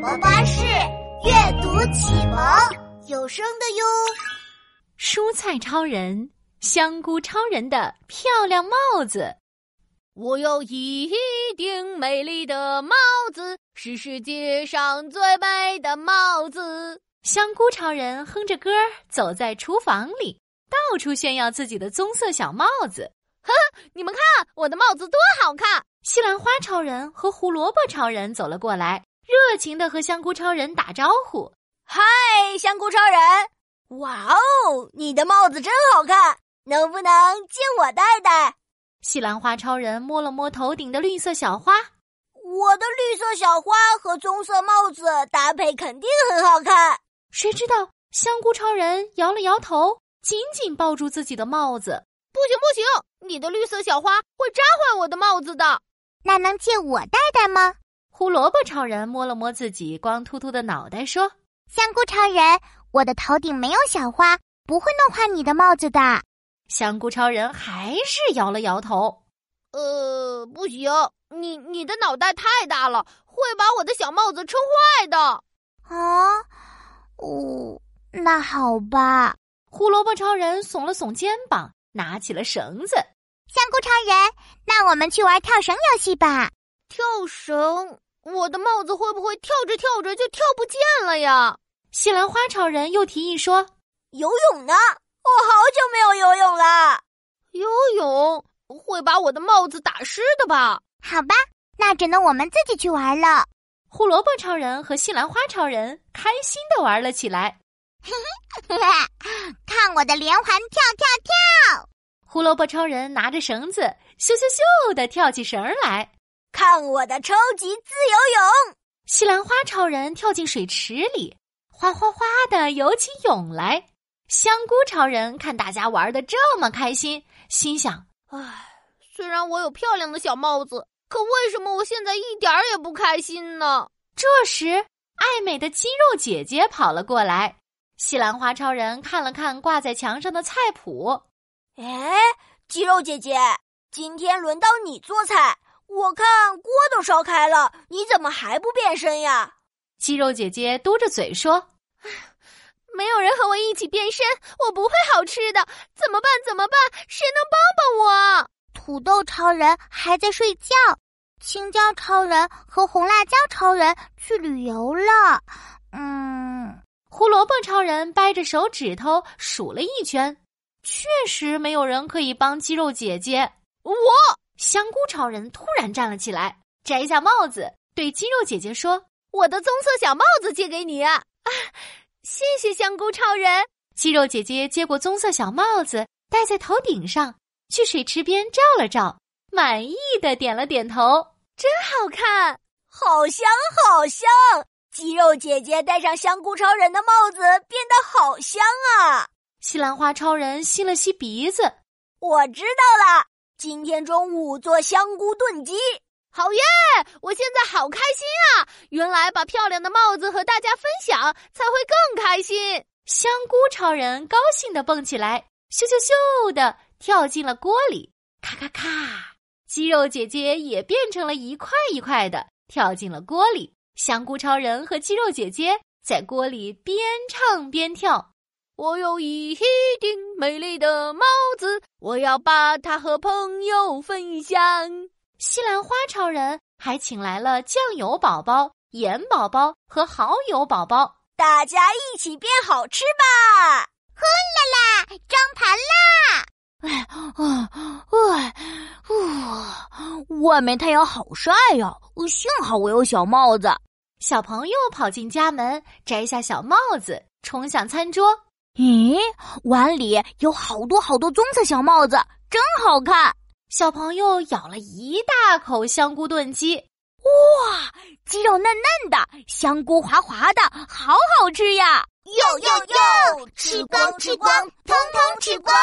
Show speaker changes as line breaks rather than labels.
萌巴士阅读启蒙有声的哟。
蔬菜超人、香菇超人的漂亮帽子。
我有一顶美丽的帽子，是世界上最美的帽子。
香菇超人哼着歌儿走在厨房里，到处炫耀自己的棕色小帽子。
你们看，我的帽子多好看！
西兰花超人和胡萝卜超人走了过来，热情的和香菇超人打招呼。
嗨，哎香菇超人！哇哦，你的帽子真好看，能不能借我戴戴？
西兰花超人摸了摸头顶的绿色小花，
我的绿色小花和棕色帽子搭配肯定很好看。
谁知道香菇超人摇了摇头，紧紧抱住自己的帽子。
不行不行，你的绿色小花会扎坏我的帽子的。
那能借我戴戴吗？
胡萝卜超人摸了摸自己光秃秃的脑袋，说
香菇超人，我的头顶没有小花，不会弄坏你的帽子的。：“
香菇超人还是摇了摇头。
呃，不行，你你的脑袋太大了，会把我的小帽子撑坏的。
啊，哦，那好吧。”
胡萝卜超人耸了耸肩膀，拿起了绳子。
香菇超人，那我们去玩跳绳游戏吧。
跳绳，我的帽子会不会跳着跳着就跳不见了呀？
西兰花超人又提议说
游泳呢？我好久没有游泳了。
游泳会把我的帽子打湿的吧？
好吧，那只能我们自己去玩了。：“
胡萝卜超人和西兰花超人开心的玩了起来。”
看我的连环跳跳跳！
胡萝卜超人拿着绳子，咻咻咻的跳起绳儿来。
看我的超级自由泳！
西兰花超人跳进水池里，哗哗哗的游起泳来。香菇超人看大家玩的这么开心，心想：
唉，虽然我有漂亮的小帽子，可为什么我现在一点儿也不开心呢？
这时，爱美的肌肉姐姐跑了过来。西兰花超人看了看挂在墙上的菜谱，
哎，肌肉姐姐，今天轮到你做菜。我看锅都烧开了，你怎么还不变身呀？
肌肉姐姐嘟着嘴说
没有人和我一起变身，我不会好吃的，怎么办？怎么办？谁能帮帮我？啊
土豆超人还在睡觉，青椒超人和红辣椒超人去旅游了。嗯，：“
胡萝卜超人掰着手指头数了一圈，确实没有人可以帮肌肉姐姐。”
我
香菇超人突然站了起来，摘下帽子，对肌肉姐姐说
我的棕色小帽子借给你啊！谢谢香菇超人。：“
肌肉姐姐接过棕色小帽子，戴在头顶上，去水池边照了照，满意的点了点头。
好看，
好香，好香！肌肉姐姐戴上香菇超人的帽子，变得好香啊！”
西兰花超人吸了吸鼻子，
我知道了，今天中午做香菇炖鸡。
好耶！我现在好开心啊！原来把漂亮的帽子和大家分享才会更开心。
香菇超人高兴地蹦起来，咻咻咻地跳进了锅里，咔咔咔！肌肉姐姐也变成了一块一块的，跳进了锅里。香菇超人和肌肉姐姐在锅里边唱边跳。
我有一顶美丽的帽子，我要把它和朋友分享。
西兰花超人还请来了酱油宝宝、盐宝宝和蚝油宝宝。
大家一起变好吃吧！
装盘啦！
啊，哎，呜，外面太阳好晒呀、幸好我有小帽子。
小朋友跑进家门，摘下小帽子，冲向餐桌。
咦，碗里有好多好多棕色小帽子，真好看！
小朋友咬了一大口香菇炖鸡。
鸡肉嫩嫩的，香菇滑滑的，好好吃呀！
哟哟哟，
吃光吃光，
通通吃光！